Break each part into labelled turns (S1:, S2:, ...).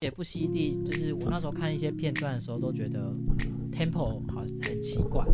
S1: 也不犀利，就是我那时候看一些片段的时候，都觉得 tempo 好很奇怪，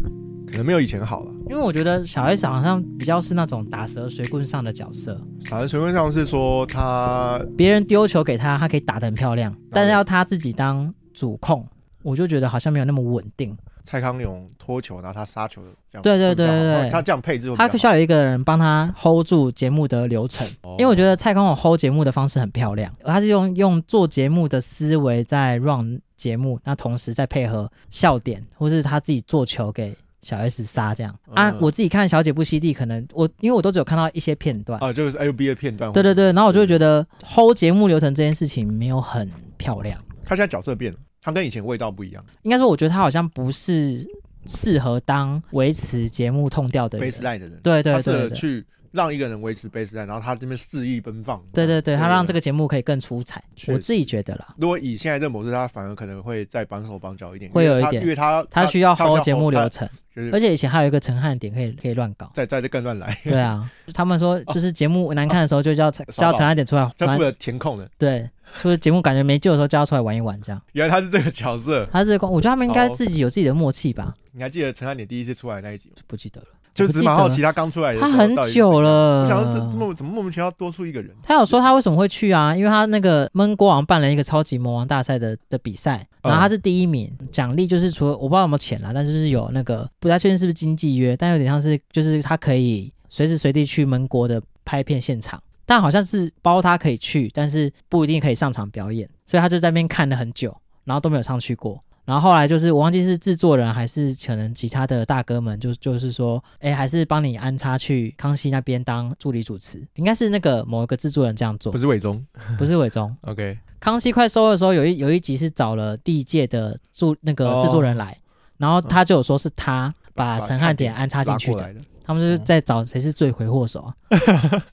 S2: 可能没有以前好了。
S1: 因为我觉得小 S 好像比较是那种打蛇随棍上的角色，
S2: 打在水面上是说他
S1: 别人丢球给他，他可以打得很漂亮，但是
S2: 然
S1: 要他自己当主控，我就觉得好像没有那么稳定。
S2: 蔡康永拖球，然后他杀球这样。
S1: 对对
S2: 会比
S1: 对
S2: 较好
S1: 对对
S2: 他这样配置会比较
S1: 他
S2: 好，
S1: 需要有一个人帮他 hold 住节目的流程，
S2: 哦
S1: 因为我觉得蔡康永 hold 节目的方式很漂亮，他是用用做节目的思维在 run 节目，那同时再配合笑点，或是他自己做球给小 S 杀这样啊
S2: 嗯。
S1: 我自己看《小姐不犀利》，可能我因为我都只有看到一些片段，
S2: 啊，就是 L B 的片段。
S1: 对对，对，然后我就会觉得 hold 节目流程这件事情没有很漂亮，
S2: 他现在角色变了，他跟以前味道不一样。
S1: 应该说我觉得他好像不是适合当维持节目痛调的人。
S2: baseline 的人，
S1: 对对
S2: 他适
S1: 对
S2: 合
S1: 对。
S2: 去让一个人维持 baseline，然后他这边肆意奔放。
S1: 对对对，他让这
S2: 个。
S1: 个节目可以更出彩，
S2: 确
S1: 我
S2: 实
S1: 自己觉得啦。
S2: 如果以现在这个模式，他反而可能会再绑手绑脚一点，
S1: 会有一
S2: 因为他
S1: 点
S2: 因为他
S1: 他需要
S2: 他需
S1: hold 节目流
S2: 他
S1: 程，
S2: 就是。
S1: 而且以前还有一个陈汉典可以可以乱搞
S2: 再再再更乱来，
S1: 对 啊，他们
S2: 哦
S1: 说就是节目难看的时候就叫陈
S2: 耍
S1: 叫
S2: 宝
S1: 陈汉典出来
S2: 他
S1: 玩
S2: 负，责填空的，
S1: 对，就是节目感觉没救的时候叫他出来玩一玩这样。
S2: 原来他是这个角色。
S1: 他这个我觉得他们应该
S2: 好
S1: 自己有自己的默契吧，
S2: 你还记得陈汉典第一次出来那一集吗？
S1: 不记得了，
S2: 就
S1: 我不
S2: 只
S1: 记
S2: 蛮
S1: 得
S2: 好
S1: 了
S2: 奇他刚出来的时
S1: 他
S2: 候
S1: 很
S2: 哎到底是
S1: 久
S2: 怎
S1: 了
S2: 样，我想说这这。么怎么莫名其妙多出一个人？
S1: 他有说他为什么会去啊？因为他那个闷锅王办了一个超级魔王大赛的的比赛，然后他是第一名，奖励就是除了我不知道有没有钱啦，但是就是有那个不太确定是不是经纪约，但有点像是就是他可以随时随地去闷锅的拍片现场，但好像是包他可以去，但是不一定可以上场表演，所以他就在那边看了很久，然后都没有上去过。然后后来就是我忘记是制作人还是可能其他的大哥们就就是说，哎，还是帮你安插去康熙那边当助理主持，应该是那个某一个制作人这样做
S2: 不，是伟忠
S1: 不是伟忠。
S2: ，OK，
S1: 康熙快收的时候有一有一集是找了第一届的助那个
S2: 哦
S1: 制作人来，然后他就有说是他把
S2: 把
S1: 陈汉典安插进
S2: 拉
S1: 去
S2: 过
S1: 的，
S2: 来的。嗯
S1: 他们就是在找谁是罪魁祸首啊。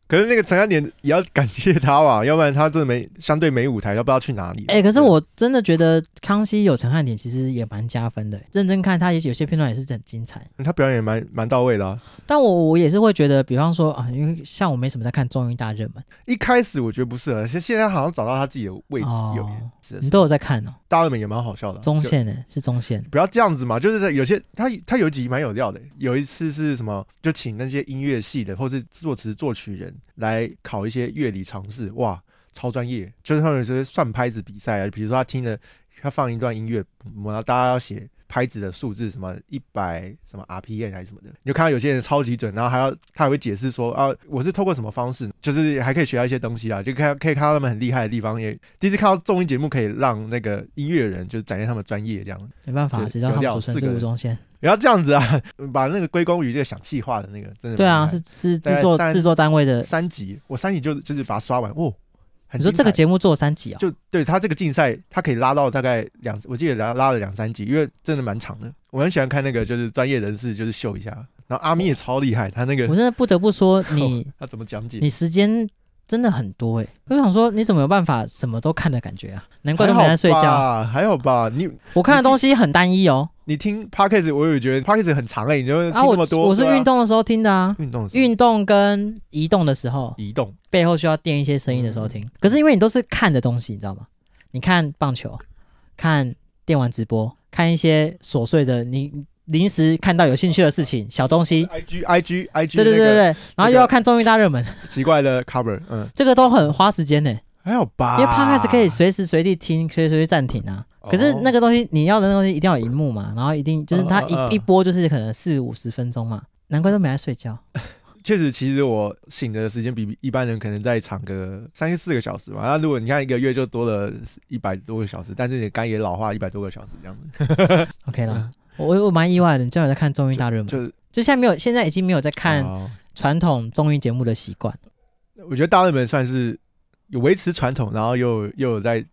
S2: 可是那个陈汉典也要感谢他吧， 要不然他真的没相对没舞台，他不知道去哪里了。
S1: 哎、可是我真的觉得康熙有陈汉典其实也蛮加分的，认真看他也有些片段也是很精彩。
S2: 对他表演也蛮蛮到位的啊。
S1: 但我我也是会觉得，比方说啊，因为像我没什么在看综艺大热门，
S2: 一开始我觉得不适合，现现在好像找到他自己的位置，
S1: 哦
S2: 有点是的
S1: 你都有在看哦。
S2: 大热门也蛮好笑的啊，
S1: 中
S2: 就
S1: 线呢是中线，
S2: 不要这样子嘛，就是在有些他他有几集蛮有料的。有一次是什么，就请那些音乐系的或是作词作曲人来考一些乐理常识，哇，超专业。就是他们有些算拍子比赛啊，比如说他听了他放一段音乐，然后大家要写拍子的数字，什么一百什么 RPM 还是什么的，你就看到有些人超级准，然后还要他还会解释说啊，我是透过什么方式，就是还可以学到一些东西啊，就看可以看到他们很厉害的地方。也第一次看到综艺节目可以让那个音乐人就是展现他们专业这样。
S1: 没办法，
S2: 对
S1: 谁知道他们
S2: 有料
S1: 主持人
S2: 四
S1: 是
S2: 个
S1: 吴
S2: 人
S1: 宗宪？
S2: 不要这样子啊！ 把那个归功于这个想气化的那个，真的
S1: 对啊，
S2: 蛮厉
S1: 是
S2: 害
S1: 是
S2: 大概
S1: 制作
S2: 三
S1: 制作单位的。
S2: 三集，我三集就就是把它刷完哦。很
S1: 你说
S2: 精
S1: 这个
S2: 彩
S1: 节目做了三集哦，
S2: 就对他这个竞赛，他可以拉到大概两，我记得拉拉了两三集，因为真的蛮长的。我很喜欢看那个，就是专业人士就是秀一下，然后阿咪也超厉害，他那个
S1: 我真的不得不 说你
S2: 他怎么讲解
S1: 你，时间真的很多哎、我想说你怎么有办法什么都看的感觉啊？难怪
S2: 还
S1: 都
S2: 好
S1: 没在睡觉。
S2: 吧，还好吧？你
S1: 我看的东西很单一哦，
S2: 你听 podcast，我有觉得 podcast 很长哎、你就 听
S1: 啊
S2: 那
S1: 我
S2: 么多，
S1: 我是
S2: 对啊
S1: 运动的时候听的啊，
S2: 运动的时候
S1: 运动跟移动的时候，
S2: 移动，
S1: 背后需要垫一些声音的时候听。
S2: 嗯
S1: 可是因为你都是看的东西，你知道吗？你看棒球，看电玩直播，看一些琐碎的，你临时看到有兴趣的事情，小东西。
S2: IG IG IG
S1: 对对对对
S2: 那
S1: 对，然后又要看综艺大热门，
S2: 个奇怪的 cover，嗯，
S1: 这个都很花时间呢、
S2: 还好吧？
S1: 因为 podcast 可以随时随地听，随时随地暂停啊。可是那
S2: 个
S1: 个东西，你要的那东西一定要有荧幕嘛，然后一定就是它
S2: 嗯嗯嗯
S1: 一一播就是可能四五十分钟嘛，难怪都没在睡觉。
S2: 确实，其实我醒的时间比一般人可能再长个三四个小时吧。那如果你看一个月就多了一百多个小时，但是你的肝也老化一百多个小时这样子，
S1: OK
S2: 嗯
S1: 啦，我我我蛮意外的，你竟然有在看综艺大热门，就
S2: 就是
S1: 现在没有，现在已经没有在嗯看
S2: 哦
S1: 传统综艺节目的习惯。
S2: 我觉得大热门算是有维持传统，然后又又有在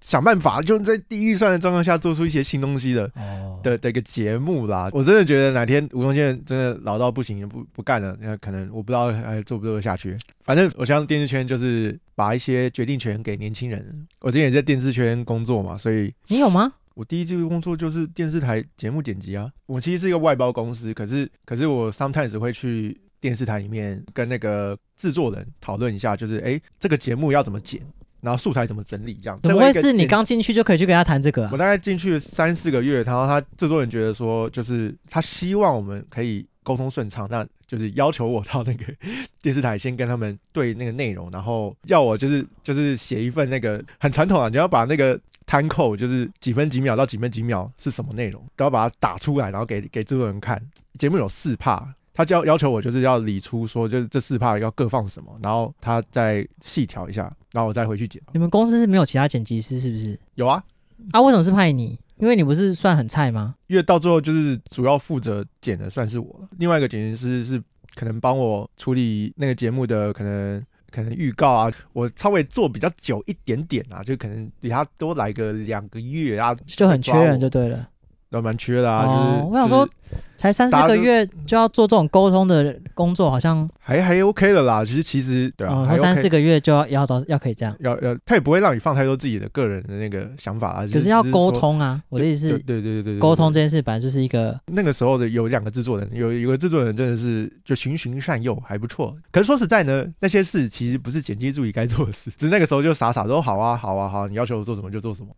S2: 想办法，就在低预算的状况下做出一些新东西的
S1: 哦，
S2: 的的一个节目啦。我真的觉得哪天吴宗宪真的老到不行，不不干了，那可能我不知道还做不做得下去。反正我相信电视圈就是把一些决定权给年轻人。我之前也在电视圈工作嘛，所以
S1: 你有吗？
S2: 我第一份工作就是电视台节目剪辑啊。我其实是一个外包公司，可是可是我 sometimes 会去电视台里面跟那个制作人讨论一下，就是诶这个节目要怎么剪。然后素材怎么整理这样。
S1: 怎么
S2: 身为
S1: 会
S2: 一个
S1: 是你
S2: 剪
S1: 刚进去就可以去跟他谈这个、啊
S2: 我？大概进去三四个月，然后他制作人觉得说，就是他希望我们可以沟通顺畅，那就是要求我到那个 电视台先跟他们对那个内容，然后要我就是就是写一份那个很传统啊，你要把那个摊扣就是几分几秒到几分几秒是什么内容，都要把它打出来，然后给给制作人看。节目有四帕。他就要要求我就是要理出说，就是这四帕要各放什么，然后他再细调一下，然后我再回去剪。
S1: 你们公司是没有其他剪辑师是不是？
S2: 有啊，
S1: 啊，为什么是派你？因为你不是算很菜吗？
S2: 因为到最后就是主要负责剪的算是我了，另外一个剪辑师是可能帮我处理那个节目的可能可能预告啊，我稍微做比较久一点点啊，就可能比他多来个两个月啊，
S1: 就很缺人就对了。
S2: 都蛮缺的啊，
S1: 哦
S2: 就是
S1: 我想说才三四
S2: 大家
S1: 个
S2: 就
S1: 月就要做这种沟通的工作，好像
S2: 还还 OK 的啦，其实其实对啊，
S1: 嗯，
S2: 还
S1: 说
S2: OK
S1: 三四个月就要要到要可以这样，
S2: 要要他也不会让你放太多自己的个人的那个想法啊，
S1: 可
S2: 是
S1: 是要
S2: 只
S1: 沟
S2: 说
S1: 通啊。我的意思
S2: 对
S1: 是，
S2: 对对对对对
S1: 沟通
S2: 对
S1: 这件事本来就是一个
S2: 那个时候的有两个制作人，有有个制作人真的是就循循善诱，还不错。可是说实在呢，那些哦事其实不是剪辑助理该做的事，只是那个时候就傻傻都好啊，好啊，好啊你要求我做什么就做什么。